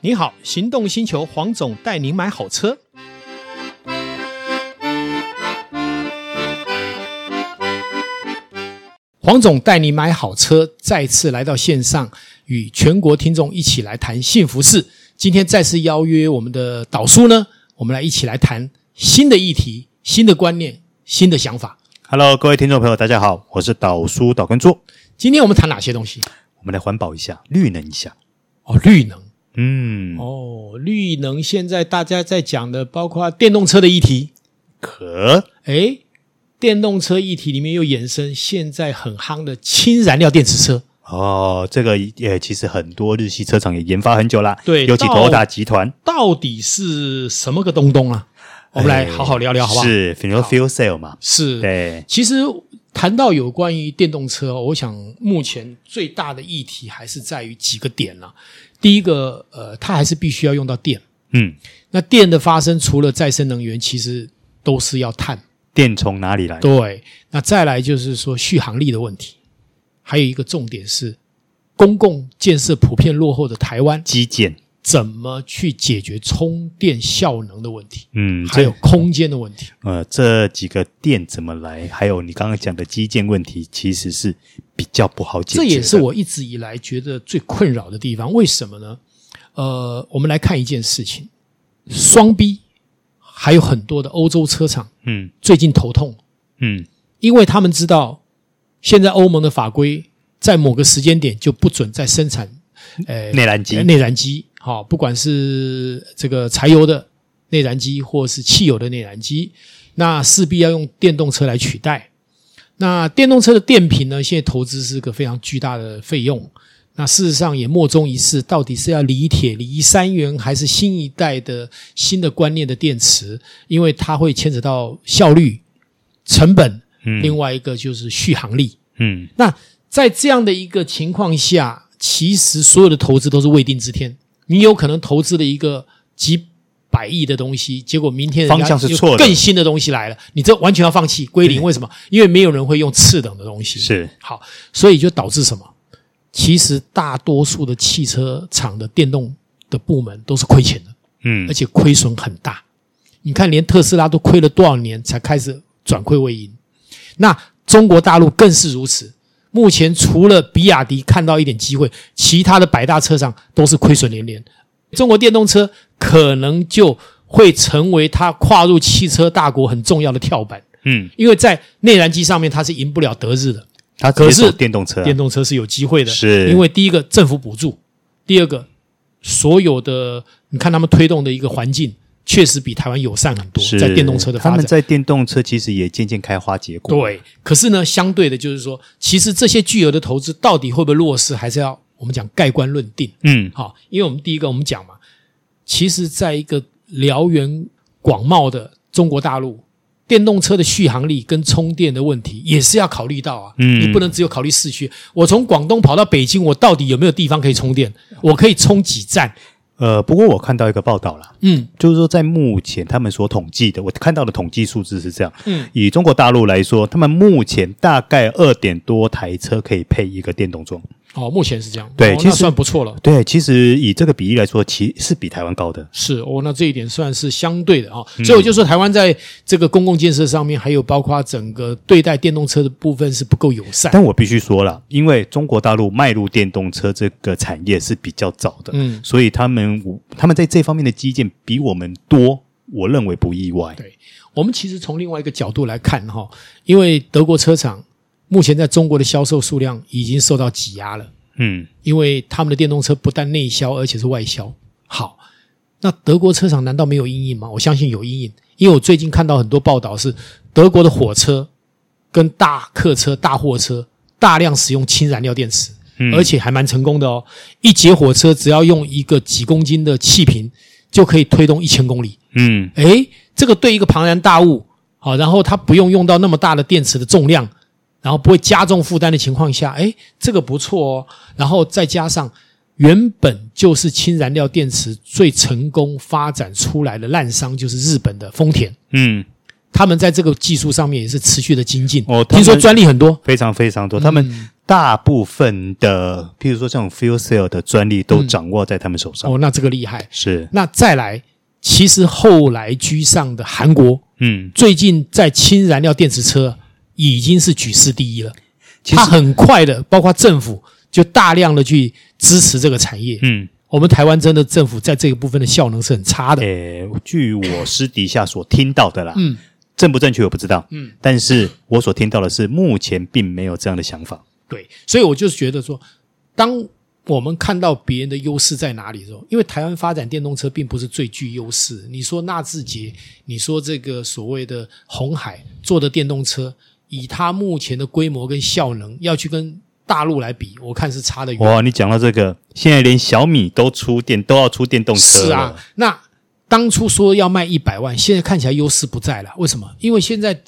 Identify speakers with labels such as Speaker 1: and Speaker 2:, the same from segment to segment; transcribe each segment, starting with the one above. Speaker 1: 你好，行动星球黄总带您买好车。黄总带你买好车，再次来到线上，与全国听众一起来谈幸福事。今天再次邀约我们的导叔呢，我们来一起来谈新的议题、新的观念、新的想法。
Speaker 2: Hello，各位听众朋友，大家好，我是导叔导观座，
Speaker 1: 今天我们谈哪些东西？
Speaker 2: 我们来环保一下，绿能一下。
Speaker 1: 哦，绿能
Speaker 2: 嗯，
Speaker 1: 哦，绿能现在大家在讲的，包括电动车的议题，
Speaker 2: 可
Speaker 1: 诶，哎电动车议题里面又衍生现在很夯的氢燃料电池车。
Speaker 2: 哦，这个也其实很多日系车厂也研发很久啦，
Speaker 1: 对
Speaker 2: 尤其
Speaker 1: 到
Speaker 2: Toyota 集团，
Speaker 1: 到底是什么个东东啊？我们来好好聊聊，好不好？
Speaker 2: 哎是 fuel fuel cell 嘛？
Speaker 1: 是
Speaker 2: 对，
Speaker 1: 其实谈到有关于电动车哦，我想目前最大的议题还是在于几个点啦、第一个，呃，它还是必须要用到电。
Speaker 2: 嗯，
Speaker 1: 那电的发生，除了再生能源，其实都是要碳。
Speaker 2: 电从哪里来？
Speaker 1: 对，那再来就是说续航力的问题，还有一个重点是公共建设普遍落后的台湾，
Speaker 2: 基建。
Speaker 1: 怎么去解决充电效能的问题，
Speaker 2: 嗯，
Speaker 1: 还有
Speaker 2: 这
Speaker 1: 空间的问题。
Speaker 2: 呃这几个电怎么来？还有你刚刚讲的基建问题，其实是比较不好解决
Speaker 1: 这
Speaker 2: 的。
Speaker 1: 也是我一直以来觉得最困扰的地方。为什么呢？呃，我们来看一件事情，双 B 还有很多的欧洲车厂
Speaker 2: 嗯
Speaker 1: 最近头痛，
Speaker 2: 嗯
Speaker 1: 因为他们知道现在欧盟的法规在某个时间点就不准再生产呃
Speaker 2: 内燃机
Speaker 1: 呃内燃机，好、不管是这个柴油的内燃机或是汽油的内燃机，那势必要用电动车来取代。那电动车的电瓶呢，现在投资是个非常巨大的费用。那事实上也莫衷一是，到底是要锂铁、锂三元，还是新一代的新的观念的电池？因为它会牵扯到效率、成本，
Speaker 2: 嗯
Speaker 1: 另外一个就是续航力。
Speaker 2: 嗯，
Speaker 1: 那在这样的一个情况下，其实所有的投资都是未定之天。你有可能投资了一个几百亿的东西，结果明天人家
Speaker 2: 方向是
Speaker 1: 有
Speaker 2: 错的嗯
Speaker 1: 更新的东西来了，你这完全要放弃归零。为什么？因为没有人会用次等的东西。
Speaker 2: 是
Speaker 1: 好，所以就导致什么？其实大多数的汽车厂的电动的部门都是亏钱的，
Speaker 2: 嗯
Speaker 1: 而且亏损很大。你看，连特斯拉都亏了多少年才开始转亏为盈？那中国大陆更是如此。目前除了比亚迪看到一点机会，其他的百大车厂都是亏损连连。中国电动车可能就会成为它跨入汽车大国很重要的跳板，
Speaker 2: 嗯，
Speaker 1: 因为在内燃机上面它是赢不了德日的。
Speaker 2: 它
Speaker 1: 可
Speaker 2: 可
Speaker 1: 是
Speaker 2: 是电动车啊、
Speaker 1: 电动车是有机会的，
Speaker 2: 是
Speaker 1: 因为第一个政府补助，第二个所有的你看他们推动的一个环境，确实比台湾友善很多，
Speaker 2: 是
Speaker 1: 在电动车的
Speaker 2: 他
Speaker 1: 发
Speaker 2: 们
Speaker 1: 展。
Speaker 2: 在电动车其实也渐渐开花结果。
Speaker 1: 对，可是呢，相对的就是说，其实这些巨额的投资到底会不会落实，还是要我们讲盖棺论定。
Speaker 2: 嗯
Speaker 1: 好，因为我们第一个我们讲嘛，其实在一个辽源广袤的中国大陆，电动车的续航力跟充电的问题也是要考虑到啊。
Speaker 2: 嗯
Speaker 1: 你不能只有考虑市区。我从广东跑到北京，我到底有没有地方可以充电？我可以充几站？
Speaker 2: 呃，不过我看到一个报道啦，
Speaker 1: 嗯
Speaker 2: 就是说在目前他们所统计的，我看到的统计数字是这样：
Speaker 1: 嗯，
Speaker 2: 以中国大陆来说，他们目前大概二点多台车可以配一个电动桩。
Speaker 1: 哦，目前是这样。
Speaker 2: 对
Speaker 1: 哦
Speaker 2: 其
Speaker 1: 那
Speaker 2: 实
Speaker 1: 算不错了。
Speaker 2: 对，其实以这个比例来说，其是比台湾高的。
Speaker 1: 是哦，那这一点算是相对的啊、
Speaker 2: 嗯
Speaker 1: 所以我就说台湾在这个公共建设上面，还有包括整个对待电动车的部分是不够友善。
Speaker 2: 但我必须说了，因为中国大陆迈入电动车这个产业是比较早的，
Speaker 1: 嗯
Speaker 2: 所以他们他们在这方面的基建比我们多，我认为不意外。
Speaker 1: 对我们其实从另外一个角度来看哈、因为德国车厂目前在中国的销售数量已经受到挤压了，
Speaker 2: 嗯，
Speaker 1: 因为他们的电动车不但内销，而且是外销。好，那德国车厂难道没有阴影吗？我相信有阴影，因为我最近看到很多报道是德国的火车跟大客车、大货车大量使用氢燃料电池。
Speaker 2: 嗯
Speaker 1: 而且还蛮成功的哦，一节火车只要用一个几公斤的气瓶，就可以推动一千公里。
Speaker 2: 嗯
Speaker 1: 诶，这个对一个庞然大物，好、然后它不用用到那么大的电池的重量，然后不会加重负担的情况下，诶，这个不错哦。然后再加上原本就是氢燃料电池最成功发展出来的烂商就是日本的丰田，
Speaker 2: 嗯，
Speaker 1: 他们在这个技术上面也是持续的精进。
Speaker 2: 哦
Speaker 1: 听
Speaker 2: 他们
Speaker 1: 说专利很多，嗯
Speaker 2: 非常非常多。他们大部分的，譬如说这种 fuel cell 的专利都掌握在他们手上。
Speaker 1: 哦，那这个厉害。
Speaker 2: 是，
Speaker 1: 那再来，其实后来居上的韩国，
Speaker 2: 嗯，
Speaker 1: 最近在氢燃料电池车已经是举世第一了。
Speaker 2: 其
Speaker 1: 它
Speaker 2: 实，
Speaker 1: 很快的，包括政府就大量的去支持这个产业。
Speaker 2: 嗯，
Speaker 1: 我们台湾真的政府在这个部分的效能是很差的。
Speaker 2: 诶，据我私底下所听到的啦，
Speaker 1: 嗯，
Speaker 2: 正不正确我不知道，
Speaker 1: 嗯，
Speaker 2: 但是我所听到的是，目前并没有这样的想法。
Speaker 1: 对，所以我就是觉得说，当我们看到别人的优势在哪里的时候，因为台湾发展电动车并不是最具优势。你说纳智捷，你说这个所谓的红海做的电动车，以它目前的规模跟效能，要去跟大陆来比，我看是差得远。
Speaker 2: 哇，你讲到这个，现在连小米都出电都要出电动车了，
Speaker 1: 是啊，那当初说要卖一百万，现在看起来优势不在了。为什么？因为现在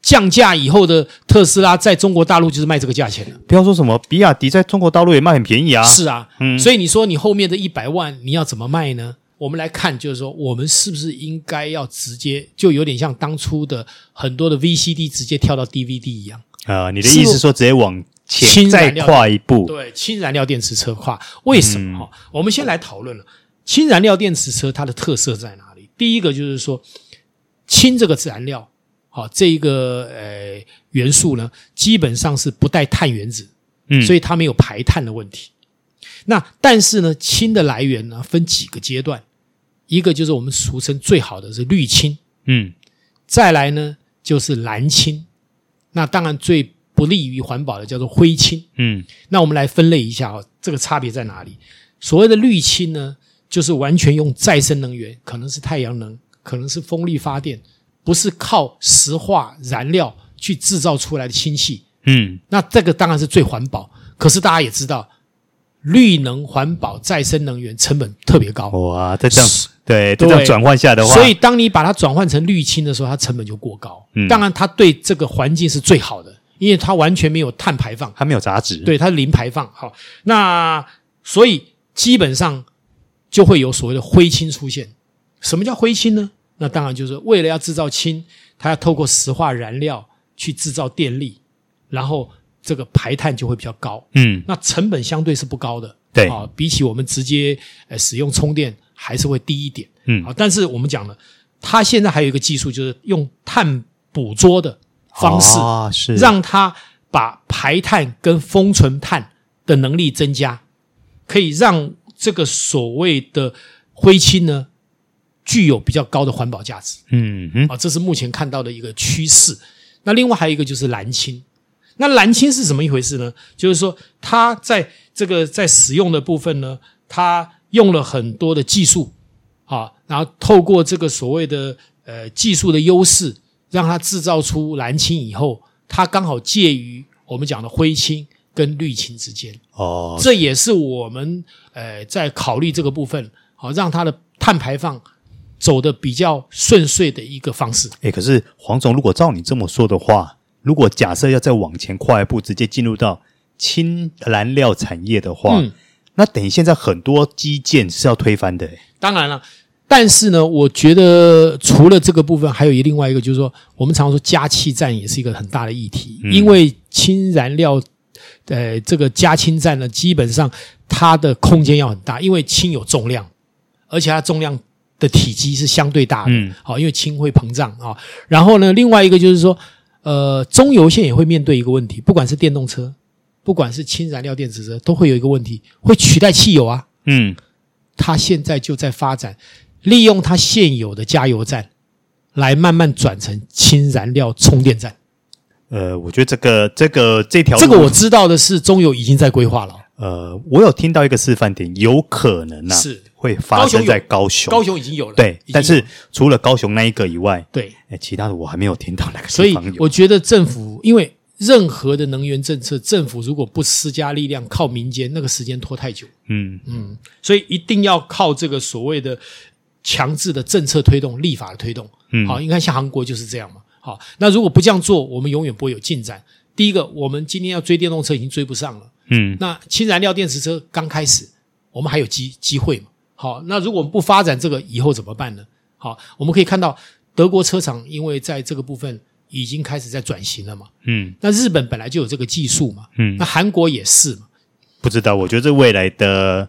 Speaker 1: 降价以后的特斯拉在中国大陆就是卖这个价钱了。
Speaker 2: 不要说什么比亚迪在中国大陆也卖很便宜啊，
Speaker 1: 是啊，所以你说你后面的一百万你要怎么卖呢？我们来看，就是说我们是不是应该要直接，就有点像当初的很多的 VCD 直接跳到 DVD 一样。
Speaker 2: 啊、你的意思是说直接往
Speaker 1: 氢
Speaker 2: 前
Speaker 1: 燃
Speaker 2: 再
Speaker 1: 料
Speaker 2: 跨一步？
Speaker 1: 对，氢燃料电池车化，为什么哈、我们先来讨论了氢燃料电池车它的特色在哪里？第一个就是说，氢这个燃料，好、这一个呃元素呢，基本上是不带碳原子，
Speaker 2: 嗯
Speaker 1: 所以它没有排碳的问题。那但是呢，氢的来源呢分几个阶段，一个就是我们俗称最好的是绿氢，
Speaker 2: 嗯，
Speaker 1: 再来呢就是蓝氢，那当然最不利于环保的叫做灰氢。
Speaker 2: 嗯
Speaker 1: 那我们来分类一下哦，这个差别在哪里？所谓的绿氢呢，就是完全用再生能源，可能是太阳能，可能是风力发电，不是靠石化燃料去制造出来的氢气。
Speaker 2: 嗯，
Speaker 1: 那这个当然是最环保，可是大家也知道，绿能环保再生能源成本特别高，
Speaker 2: 哇，再这样
Speaker 1: 是
Speaker 2: 对，再这样
Speaker 1: 对
Speaker 2: 转换下哦的话，
Speaker 1: 所以当你把它转换成绿氢的时候，它成本就过高。
Speaker 2: 嗯
Speaker 1: 当然，它对这个环境是最好的，因为它完全没有碳排放。
Speaker 2: 它没有杂质，，
Speaker 1: 对，它是零排放。好，那所以基本上就会有所谓的灰氢出现。什么叫灰氢呢？那当然就是为了要制造氢，它要透过石化燃料去制造电力，然后这个排碳就会比较高。
Speaker 2: 嗯，
Speaker 1: 那成本相对是不高的，
Speaker 2: 对
Speaker 1: 啊，比起我们直接呃使用充电还是会低一点，
Speaker 2: 嗯
Speaker 1: 啊，但是我们讲了，它现在还有一个技术就是用碳捕捉的方式，
Speaker 2: 啊、是
Speaker 1: 让它把排碳跟封存碳的能力增加，可以让这个所谓的灰氢呢具有比较高的环保价值
Speaker 2: 嗯嗯
Speaker 1: 啊，这是目前看到的一个趋势。那另外还有一个就是蓝氢，那蓝氢是怎么一回事呢？就是说它在这个在使用的部分呢，它用了很多的技术啊，然后透过这个所谓的呃技术的优势，让它制造出蓝氢以后，它刚好介于我们讲的灰氢跟绿氢之间。
Speaker 2: 哦，
Speaker 1: 这也是我们呃在考虑这个部分，好、让它的碳排放走的比较顺遂的一个方式。
Speaker 2: 哎，可是黄总，如果照你这么说的话，如果假设要再往前跨一步，直接进入到氢燃料产业的话，
Speaker 1: 嗯
Speaker 2: 那等于现在很多基建是要推翻的，诶
Speaker 1: 当然了，但是呢，我觉得除了这个部分，还有一另外一个就是说，我们常说加气站也是一个很大的议题，因为氢燃料。呃，这个加氢站呢，基本上它的空间要很大，因为氢有重量，而且它重量的体积是相对大的。
Speaker 2: 嗯
Speaker 1: 好、因为氢会膨胀啊、然后呢，另外一个就是说，呃，中油线也会面对一个问题，不管是电动车，不管是氢燃料电池车，都会有一个问题，会取代汽油啊。
Speaker 2: 嗯，
Speaker 1: 它现在就在发展，利用它现有的加油站来慢慢转成氢燃料充电站。
Speaker 2: 呃，我觉得这个这个这条
Speaker 1: 这个
Speaker 2: 路
Speaker 1: 我知道的是，中油已经在规划了，
Speaker 2: 呃，我有听到一个示范点，有可能啊，
Speaker 1: 是
Speaker 2: 会发生在高雄。
Speaker 1: 高雄已经有了。
Speaker 2: 对
Speaker 1: 已经，有
Speaker 2: 但是除了高雄那一个以外，
Speaker 1: 对，
Speaker 2: 哎，其他的我还没有听到那个
Speaker 1: 所
Speaker 2: 地
Speaker 1: 以
Speaker 2: 方有。
Speaker 1: 我觉得政府因为任何的能源政策，政府如果不施加力量，靠民间，那个时间拖太久。
Speaker 2: 嗯，
Speaker 1: 所以一定要靠这个所谓的强制的政策推动、立法的推动。
Speaker 2: 嗯
Speaker 1: 好，你看像韩国就是这样嘛。好，那如果不这样做，我们永远不会有进展。第一个，我们今天要追电动车已经追不上了。
Speaker 2: 嗯，
Speaker 1: 那氢燃料电池车刚开始，我们还有机机会嘛？好，那如果我们不发展这个，以后怎么办呢？好，我们可以看到德国车厂因为在这个部分已经开始在转型了嘛。
Speaker 2: 嗯
Speaker 1: 那日本本来就有这个技术嘛，
Speaker 2: 嗯
Speaker 1: 那，韩国也是嘛。
Speaker 2: 不知道，我觉得这未来的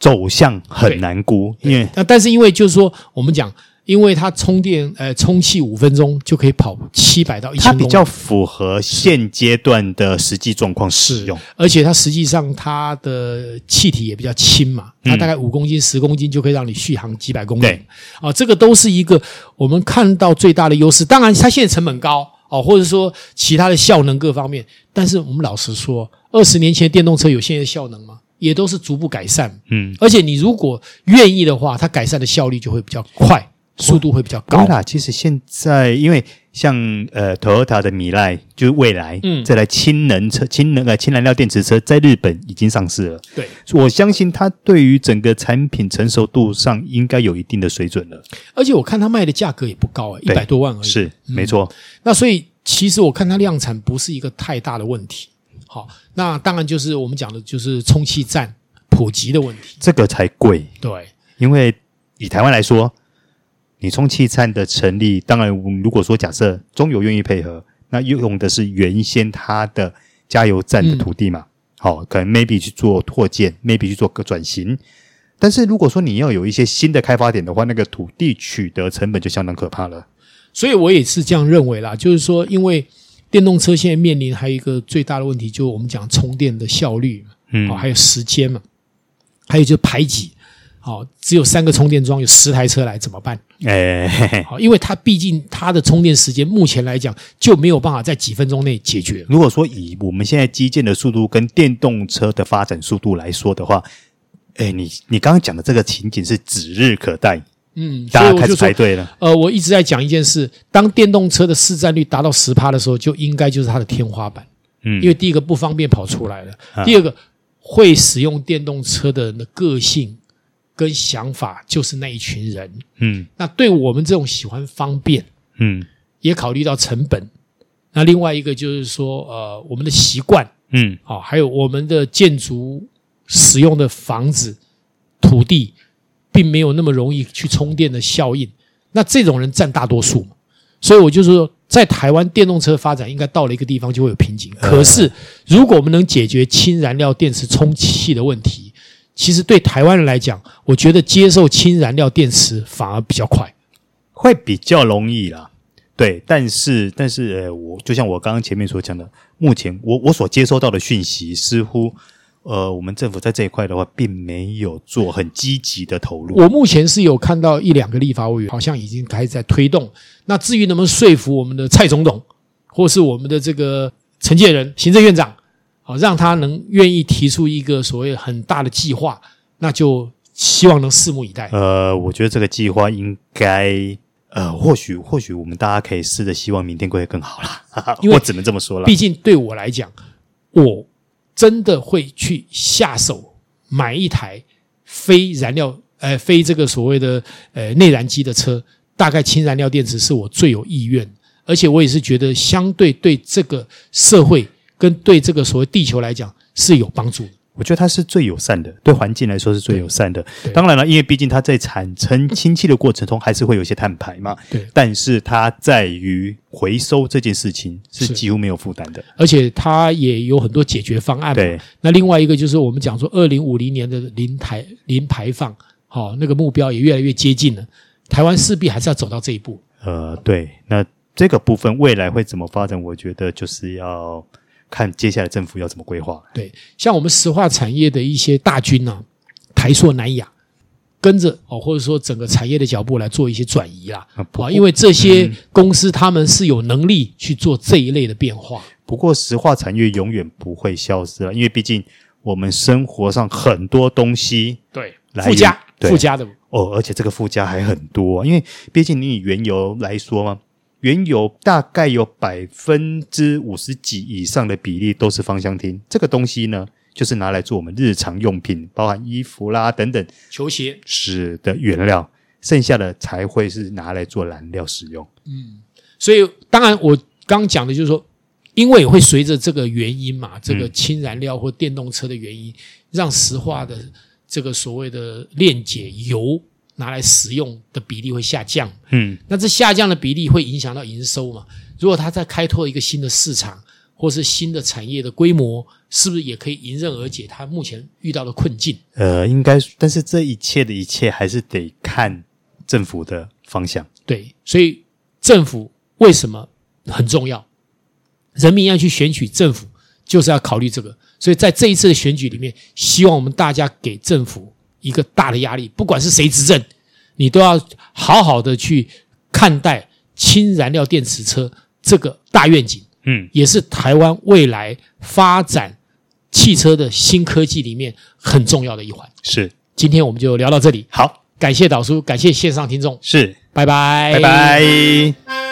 Speaker 2: 走向很难估，因为
Speaker 1: 那但是因为就是说，我们讲，因为它充电呃充气五分钟就可以跑七百到一
Speaker 2: 它
Speaker 1: 千
Speaker 2: 比
Speaker 1: 公里
Speaker 2: 较，符合现阶段的实际状况使用。
Speaker 1: 而且它实际上它的气体也比较轻嘛，它大概五公斤、十公斤就可以让你续航几百公里。
Speaker 2: 嗯对
Speaker 1: 啊，这个都是一个我们看到最大的优势。当然，它现在成本高哦，或者说其他的效能各方面，但是我们老实说，二十年前的电动车有现在的效能吗？也都是逐步改善。
Speaker 2: 嗯，
Speaker 1: 而且你如果愿意的话，它改善的效率就会比较快，速度会比较
Speaker 2: 高
Speaker 1: 高。
Speaker 2: 啦，其实现在因为像呃，Toyota 的米莱就是未来，
Speaker 1: 嗯
Speaker 2: 这台氢能车、氢能呃氢燃料电池车在日本已经上市了，
Speaker 1: 对，
Speaker 2: 我相信它对于整个产品成熟度上应该有一定的水准了。
Speaker 1: 而且我看它卖的价格也不高、欸，一
Speaker 2: 对
Speaker 1: 百多万而已。
Speaker 2: 是，没错，
Speaker 1: 那所以其实我看它量产不是一个太大的问题。好，那当然就是我们讲的就是充气站普及的问题。
Speaker 2: 这个才贵，
Speaker 1: 对，
Speaker 2: 因为以台湾来说，你充气站的成立，当然我们如果说假设中油愿意配合，那用的是原先它的加油站的土地嘛，好、可能 maybe 去做拓建，maybe 去做个转型。但是如果说你要有一些新的开发点的话，那个土地取得成本就相当可怕了。
Speaker 1: 所以我也是这样认为啦，就是说，因为电动车现在面临还有一个最大的问题，就是我们讲充电的效率嘛，
Speaker 2: 嗯
Speaker 1: 哦，还有时间嘛，还有就是排挤，哦，只有三个充电桩，有十台车来怎么办？
Speaker 2: 哎、嘿嘿
Speaker 1: 好，因为它毕竟它的充电时间目前来讲就没有办法在几分钟内解决。
Speaker 2: 如果说以我们现在基建的速度跟电动车的发展速度来说的话，哎，你你刚刚讲的这个情景是指日可待，
Speaker 1: 嗯，所
Speaker 2: 大
Speaker 1: 以
Speaker 2: 家
Speaker 1: 我
Speaker 2: 开始
Speaker 1: 就说
Speaker 2: 排，队了。
Speaker 1: 呃，我一直在讲一件事，当电动车的市占率达到十趴的时候，就应该就是它的天花板。
Speaker 2: 嗯
Speaker 1: 因为第一个不方便跑出来了，第二个会使用电动车的人的个性跟想法就是那一群人。
Speaker 2: 嗯
Speaker 1: 那对我们这种喜欢方便，
Speaker 2: 嗯
Speaker 1: 也考虑到成本。那另外一个就是说，呃，我们的习惯
Speaker 2: 嗯
Speaker 1: 啊、还有我们的建筑使用的房子、土地，并没有那么容易去充电的效应。那这种人占大多数嘛，所以我就是说，在台湾电动车发展应该到了一个地方就会有瓶颈。可是，如果我们能解决氢燃料电池充气的问题，其实对台湾人来讲，我觉得接受氢燃料电池反而比较快。
Speaker 2: 会比较容易啦。对，但是但是呃，我就像我刚刚前面所讲的，目前我我所接收到的讯息，似乎呃，我们政府在这一块的话，并没有做很积极的投入。
Speaker 1: 我目前是有看到一两个立法委员好像已经开始在推动。那至于能不能说服我们的蔡总统，或是我们的这个陈建仁行政院长，好、让他能愿意提出一个所谓很大的计划，那就希望能拭目以待。
Speaker 2: 呃，我觉得这个计划应该呃，或许或许我们大家可以试着希望明天会更好啦。哈哈
Speaker 1: 因为
Speaker 2: 我只能这么说啦。
Speaker 1: 毕竟对我来讲，我真的会去下手买一台非燃料，呃，非这个所谓的呃内燃机的车，大概氢燃料电池是我最有意愿，而且我也是觉得相对对这个社会跟对这个所谓地球来讲是有帮助的。
Speaker 2: 我觉得它是最友善的，对环境来说是最友善的
Speaker 1: 对。
Speaker 2: 当然了，因为毕竟它在产 生氢气的过程中，还是会有一些碳排嘛。
Speaker 1: 对，
Speaker 2: 但是它在于回收这件事情是
Speaker 1: 是
Speaker 2: 几乎没有负担的。
Speaker 1: 而且它也有很多解决方案嘛。
Speaker 2: 对，
Speaker 1: 那另外一个就是我们讲说，二零五零年的零台零排放，好、那个目标也越来越接近了。台湾势必还是要走到这一步。
Speaker 2: 呃，对，那这个部分未来会怎么发展？我觉得就是要看接下来政府要怎么规划。
Speaker 1: 对，像我们石化产业的一些大军呢、台塑、南亚，跟着哦，或者说整个产业的脚步来做一些转移啦。
Speaker 2: 啊不嗯
Speaker 1: 啊，因为这些公司他们是有能力去做这一类的变化。
Speaker 2: 不过，石化产业永远不会消失啊了，因为毕竟我们生活上很多东西
Speaker 1: 对，
Speaker 2: 来
Speaker 1: 附加
Speaker 2: 对
Speaker 1: 附加的，
Speaker 2: 哦，而且这个附加还很多，啊因为毕竟你以原油来说嘛，原油大概有百分之五十几以上的比例都是芳香烃，这个东西呢，就是拿来做我们日常用品，包含衣服啦等等
Speaker 1: 球鞋。
Speaker 2: 使的原料，剩下的才会是拿来做燃料使用。
Speaker 1: 所以，当然我刚讲的就是说，因为会随着这个原因嘛，这
Speaker 2: 嗯
Speaker 1: 个氢燃料或电动车的原因，让石化的这个所谓的链解油拿来使用的比例会下降。
Speaker 2: 嗯，
Speaker 1: 那这下降的比例会影响到营收嘛？如果它再开拓一个新的市场，或是新的产业的规模，是不是也可以迎刃而解它目前遇到的困境？
Speaker 2: 呃，应该，但是这一切的一切还是得看政府的方向。
Speaker 1: 对，所以政府为什么很重要？人民要去选举政府，就是要考虑这个。所以在这一次的选举里面，希望我们大家给政府一个大的压力，不管是谁执政，你都要好好的去看待氢燃料电池车这个大愿景，
Speaker 2: 嗯，
Speaker 1: 也是台湾未来发展汽车的新科技里面很重要的一环。
Speaker 2: 是，
Speaker 1: 今天我们就聊到这里，
Speaker 2: 好，
Speaker 1: 感谢导叔，感谢线上听众，
Speaker 2: 是，
Speaker 1: 拜拜，
Speaker 2: 拜拜。